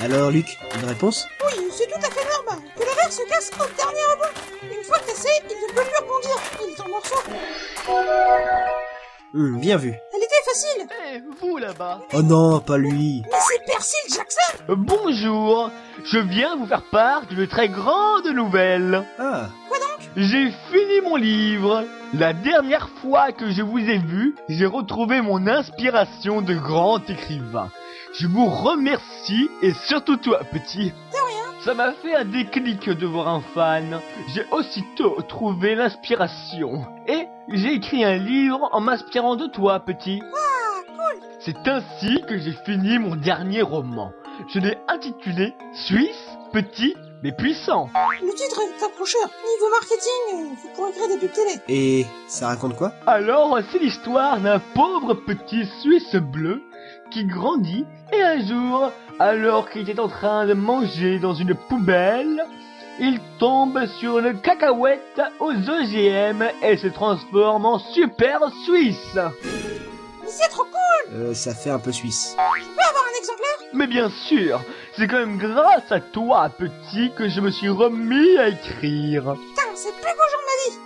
Alors, Luc, une réponse Oui, c'est tout à fait normal que la verre se casse au dernier rebond. Une fois cassé, il ne peut plus rebondir. Il est en morceaux. Hum, Bien vu. Elle était facile. Eh, vous là-bas Oh non, pas lui. Mais c'est Percy Jackson. Euh, Bonjour Je viens vous faire part d'une très grande nouvelle. Ah, J'ai fini mon livre La dernière fois que je vous ai vu, j'ai retrouvé mon inspiration de grand écrivain. Je vous remercie et surtout toi, petit. Ça m'a fait un déclic de voir un fan. J'ai aussitôt trouvé l'inspiration. Et j'ai écrit un livre en m'inspirant de toi, petit. C'est ainsi que j'ai fini mon dernier roman. Je l'ai intitulé Suisse, petit, mais puissant. Le titre est accrocheur. Niveau marketing, vous pourrez créer des pubs télé. et ça raconte quoi Alors, c'est l'histoire d'un pauvre petit Suisse bleu qui grandit et un jour, alors qu'il était en train de manger dans une poubelle, il tombe sur une cacahuète aux OGM et se transforme en super Suisse. Mais c'est trop cool. Euh, Ça fait un peu suisse. Avoir un exemplaire. Mais bien sûr, c'est quand même grâce à toi, petit, que je me suis remis à écrire. Putain, c'est le plus beau jour de ma vie.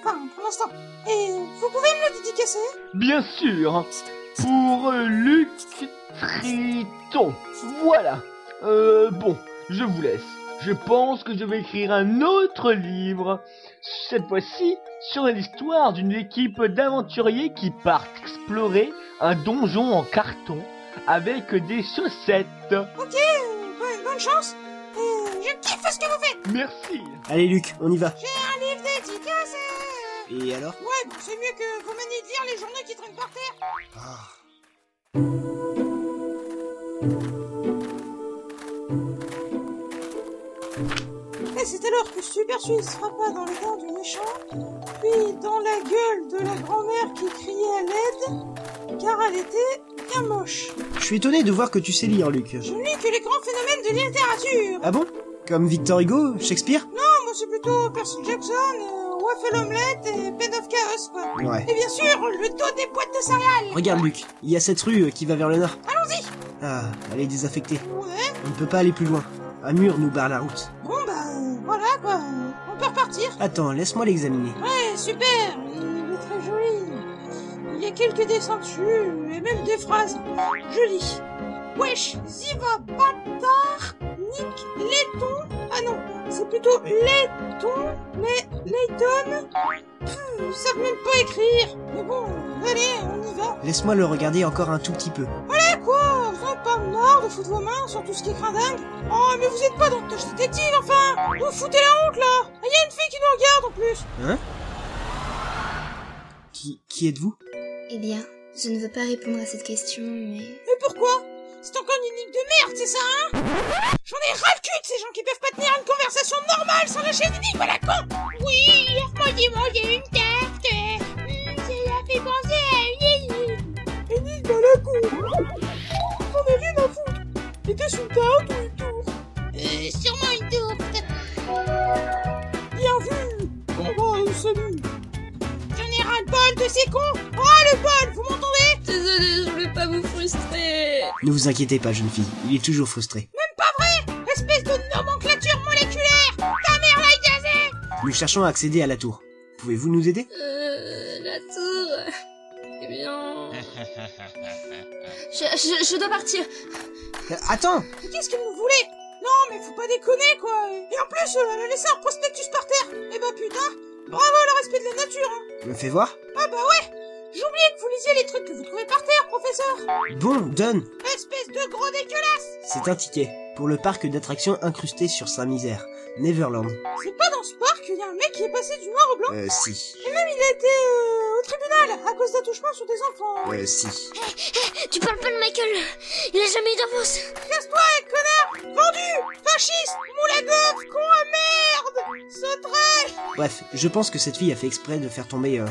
Enfin, pour l'instant. Et vous pouvez me le dédicacer Bien sûr, pour euh, Luc Triton. Voilà. Euh, bon, je vous laisse. Je pense que je vais écrire un autre livre, cette fois-ci sur l'histoire d'une équipe d'aventuriers qui partent explorer un donjon en carton avec des chaussettes. Euh, bonne- Bonne chance. Et je kiffe ce que vous faites. Merci. Allez, Luc, on y va. Un livre dédicacé. Et alors Ouais, bon, c'est mieux que vous m'ayez de lire les journaux qui traînent par terre. Ah. Et c'est alors que Super Suisse frappa dans les dents du méchant, puis dans la gueule de la grand-mère qui criait à l'aide, car elle était bien moche. Je suis étonné de voir que tu sais lire, Luc. Je ne lis que les grands phénomènes de littérature. Ah bon Comme Victor Hugo, Shakespeare Ah, moi c'est plutôt Percy Jackson, euh, Waffle Omelette et Bed of Chaos, quoi. Ouais. Et bien sûr, le dos des boîtes de céréales. Regarde, Luc, il y a cette rue euh, qui va vers le nord. Allons-y. Ah, elle est désaffectée. Ouais, On ne peut pas aller plus loin. Un mur nous barre la route. bon bah euh, voilà quoi, on peut repartir. Attends, laisse-moi l'examiner. Ouais, super, il est très joli. Il y a quelques dessins dessus, et même des phrases. Je lis. Wesh, ziva bâtard, nick, laiton. Ah non, c'est plutôt laiton, mais laiton. Pff, Ils savent même pas écrire. Mais bon, allez, on y va. Laisse-moi le regarder encore un tout petit peu. Eh quoi, vous êtes pas marre de foutre vos mains sur tout ce qui craint dingue Oh, mais vous êtes pas dans le Touch détective, enfin Vous foutez la honte, là Ah, Il y a une fille qui nous regarde, en plus Qui, qui êtes-vous Eh bien, je ne veux pas répondre à cette question, mais... Mais pourquoi C'est encore une énigme de merde, c'est ça, hein J'en ai ras le cul de ces gens qui peuvent pas tenir une conversation normale sans lâcher une énigme à la con Oui, moi j'ai mangé une tarte. Mmh, Hum, cela fait penser à une énigme. Énigme à la con J'en ai rien à foutre Était-ce une tarte ou une tour Euh, sûrement une tourte. Bien vu Bon, bon, salut J'en ai ras le bol de ces cons Ras le bol, vous m'entendez Désolée, je voulais pas vous frustrer. Ne vous inquiétez pas, jeune fille. Il est toujours frustré. Espèce de nomenclature moléculaire Ta mère l'a écrasé Nous cherchons à accéder à la tour. Pouvez-vous nous aider Euh, la tour... Eh bien... Je, je, je dois partir. Euh, Attends Mais Qu'est-ce que vous voulez Non, mais faut pas déconner, quoi Et en plus, euh, elle a laissé un prospectus par terre Eh bah putain Bravo le respect de la nature, hein Me fais voir J'oubliais que vous lisiez les trucs que vous trouvez par terre, professeur Bon, donne Espèce de gros dégueulasse C'est un ticket. Pour le parc d'attractions incrusté sur sa misère. Neverland. C'est pas dans ce parc qu'il y a un mec qui est passé du noir au blanc Euh, si. Il a été euh, au tribunal à cause d'attouchements sur des enfants Euh, si. Tu parles pas de Michael. Il a jamais eu d'enfance. Casse-toi, connard Vendu Fasciste Moulagoff Con à merde Sauterelle Bref, je pense que cette fille a fait exprès de faire tomber... euh,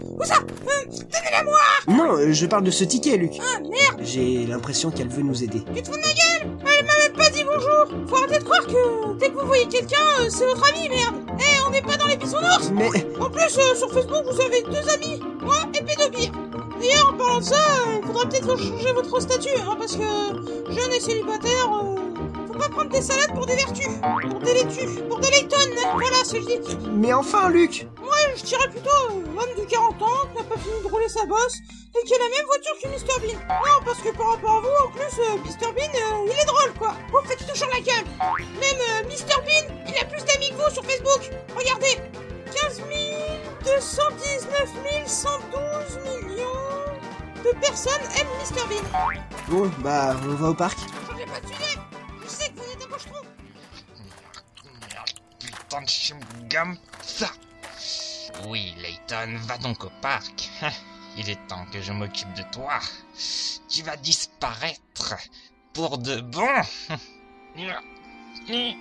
Où ça Euh, Donnez-la moi Non, euh, je parle de ce ticket, Luc Ah merde J'ai l'impression qu'elle veut nous aider. Tu te fous de ma gueule Elle m'a même pas dit bonjour Faut arrêter de croire que dès que vous voyez quelqu'un, euh, c'est votre ami, merde Eh, on n'est pas dans les bisounours Mais... En plus, euh, sur Facebook, vous avez deux amis, moi et Pédopire. D'ailleurs, en parlant de ça, il faudra peut-être changer votre statut, hein, parce que jeune et célibataire, euh, On va prendre des salades pour des vertus, pour des laitues, pour des laytons. Voilà ce que je dis. Mais enfin, Luc Je dirais plutôt euh, l'homme de 40 ans qui n'a pas fini de rouler sa bosse et qui a la même voiture que Mr Bean. Non, parce que par rapport à vous, en plus, euh, Mr Bean, euh, il est drôle, quoi. Vous faites toujours la gueule. Même euh, Mr Bean, il a plus d'amis que vous sur Facebook. Regardez, 15 219 112 millions de personnes aiment Mr Bean. Bon, bah, on va au parc. Changez pas de sujet. Je sais que vous êtes un pocheton. Merde, putain de chewing-gum, ça Oui, Layton, va donc au parc. Il est temps que je m'occupe de toi. Tu vas disparaître pour de bon.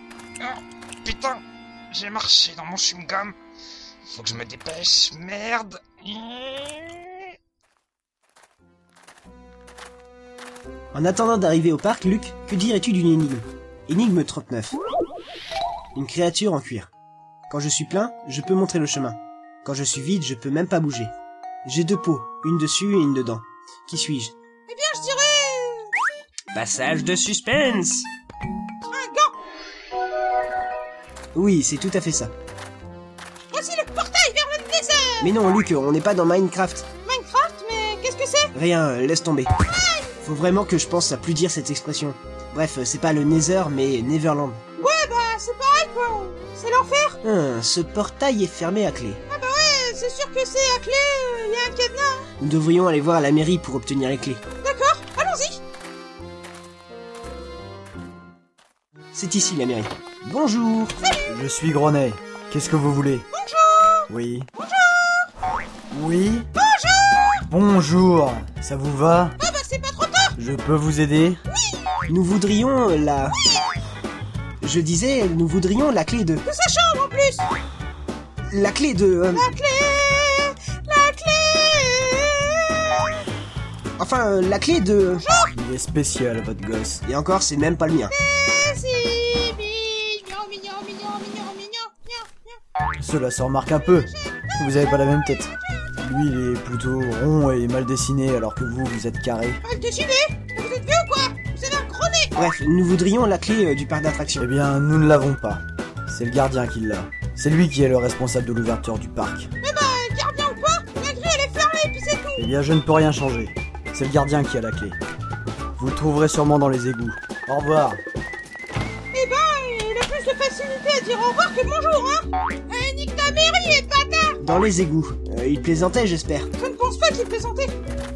Putain, j'ai marché dans mon chewing-gum. Faut que je me dépêche, merde. En attendant d'arriver au parc, Luc, que dirais-tu d'une énigme Énigme 39. Une créature en cuir. Quand je suis plein, je peux montrer le chemin. Quand je suis vide, je peux même pas bouger. J'ai deux peaux, une dessus et une dedans. Qui suis-je Eh bien, je dirais Passage de suspense un gant. Oui, c'est tout à fait ça. Voici le portail vers le désert. Mais non, Luc, on n'est pas dans Minecraft. Minecraft, mais qu'est-ce que c'est Rien, euh, laisse tomber. Faut vraiment que je pense à plus dire cette expression. Bref, euh, c'est pas le Nether, mais Neverland. Ouais, bah, c'est pareil, quoi. C'est l'enfer. Hum, ce portail est fermé à clé. Euh, C'est sûr que c'est à clé. euh, Il y a un cadenas. Nous devrions aller voir la mairie pour obtenir les clés. D'accord. Allons-y. C'est ici la mairie. Bonjour Je suis Grenet. Qu'est-ce que vous voulez Bonjour Oui. Bonjour Oui. Bonjour Bonjour Ça vous va Ah bah, c'est pas trop tard. Je peux vous aider Nous voudrions euh, la... Je disais, nous voudrions la clé de... De sa chambre en plus. La clé de... euh, La clé. La clé. Enfin, euh, la clé de... Il est spécial, votre gosse. Et encore, c'est même pas le mien. Si mignon, mignon, mignon, mignon, mignon. mignon. Cela se remarque un peu. Vous avez pas la même tête. Lui, il est plutôt rond et mal dessiné, alors que vous, vous êtes carré. Mal dessiné. Vous êtes vieux ou quoi Vous avez un gros nez. Bref, nous voudrions la clé euh, du parc Eh d'attractions. bien, nous ne l'avons pas. C'est le gardien qui l'a. C'est lui qui est le responsable de l'ouverture du parc. Euh, gardien ou quoi La grille elle est fermée puis c'est tout. Eh bien, je ne peux rien changer. C'est le gardien qui a la clé. Vous le trouverez sûrement dans les égouts. Au revoir. Eh ben, il a plus de facilité à dire au revoir que bonjour, hein. Eh, nique ta mairie et pas Dans les égouts. Euh, il plaisantait, j'espère. Je ne pense pas qu'il plaisantait.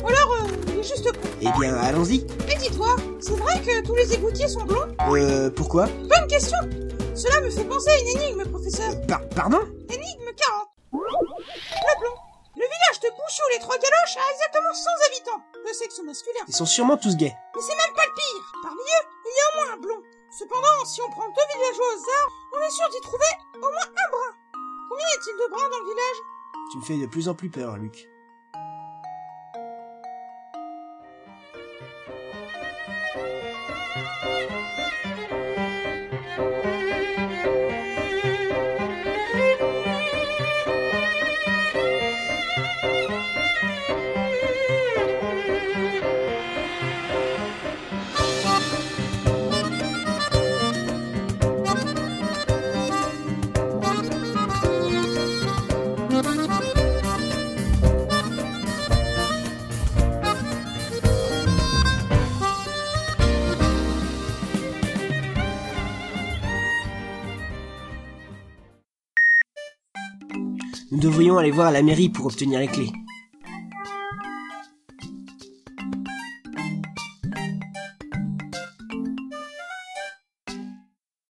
Ou alors, euh, il est juste con. Eh bien, allons-y. Mais dis-toi, c'est vrai que tous les égoutiers sont blonds Euh, pourquoi Bonne question Cela me fait penser à une énigme, professeur. Par- Pardon Énigme 40. Le blond. Le village de Bouchou, les trois galoches, a exactement 100 habitants. Le sexe masculin. Ils sont sûrement tous gays. Mais c'est même pas le pire. Parmi eux, il y a au moins un blond. Cependant, si on prend deux villageois au hasard, on est sûr d'y trouver au moins un brun. Combien y a-t-il de bruns dans le village Tu me fais de plus en plus peur, Luc. Nous devrions aller voir la mairie pour obtenir les clés.